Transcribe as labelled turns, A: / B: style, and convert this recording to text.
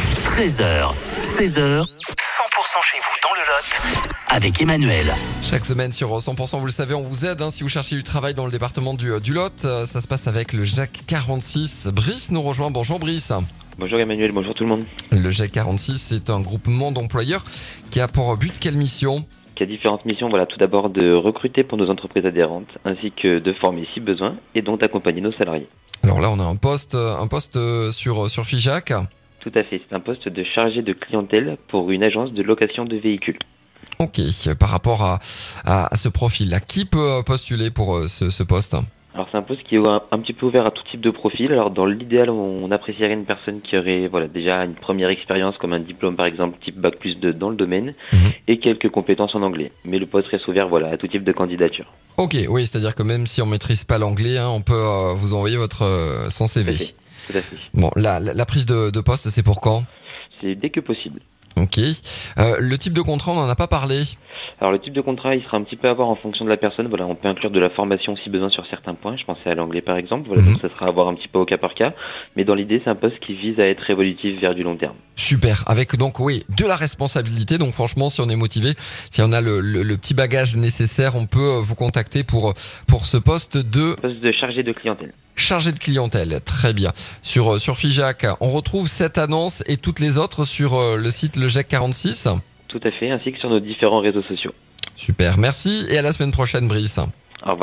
A: 13h, 16h, 100% chez vous dans le Lot, avec Emmanuel.
B: Chaque semaine sur 100%, vous le savez, on vous aide hein, si vous cherchez du travail dans le département du, euh, du Lot. Euh, Ça se passe avec le Jacques 46. Brice nous rejoint. Bonjour Brice.
C: Bonjour Emmanuel, bonjour tout le monde.
B: Le Jacques 46, c'est un groupement d'employeurs qui a pour but quelle mission
C: Qui a différentes missions, voilà, tout d'abord de recruter pour nos entreprises adhérentes, ainsi que de former si besoin, et donc d'accompagner nos salariés.
B: Alors là, on a un poste, euh, un poste euh, sur, euh, sur Figeac.
C: Tout à fait, c'est un poste de chargé de clientèle pour une agence de location de véhicules.
B: Ok, euh, par rapport à, à, à ce profil-là, qui peut euh, postuler pour euh, ce, ce poste
C: Alors c'est un poste qui est un, un petit peu ouvert à tout type de profil. Alors dans l'idéal, on apprécierait une personne qui aurait voilà, déjà une première expérience comme un diplôme par exemple type Bac plus 2 dans le domaine
B: Mhm.
C: et quelques compétences en anglais. Mais le poste reste ouvert voilà, à tout type de candidature.
B: Ok, oui, c'est-à-dire que même si on maîtrise pas l'anglais, hein, on peut euh, vous envoyer votre euh, son CV.
C: Tout à fait. Tout à fait.
B: Bon, la, la, la prise de, de poste, c'est pour quand
C: C'est dès que possible.
B: Ok. Euh, le type de contrat, on n'en a pas parlé.
C: Alors le type de contrat, il sera un petit peu à voir en fonction de la personne. Voilà, on peut inclure de la formation si besoin sur certains points. Je pensais à l'anglais par exemple. Voilà,
B: Mhm.
C: donc ça sera à voir un petit peu au cas par cas. Mais dans l'idée, c'est un poste qui vise à être évolutif vers du long terme.
B: Super, avec donc oui de la responsabilité. Donc franchement, si on est motivé, si on a le, le- le petit bagage nécessaire, on peut euh, vous contacter pour pour ce poste de
C: Poste de chargé de clientèle.
B: chargé de clientèle. Très bien. Sur euh, sur Figeac, on retrouve cette annonce et toutes les autres sur euh, le site lejac 46.
C: Tout à fait, ainsi que sur nos différents réseaux sociaux.
B: Super, merci et à la semaine prochaine, Brice.
C: Au revoir.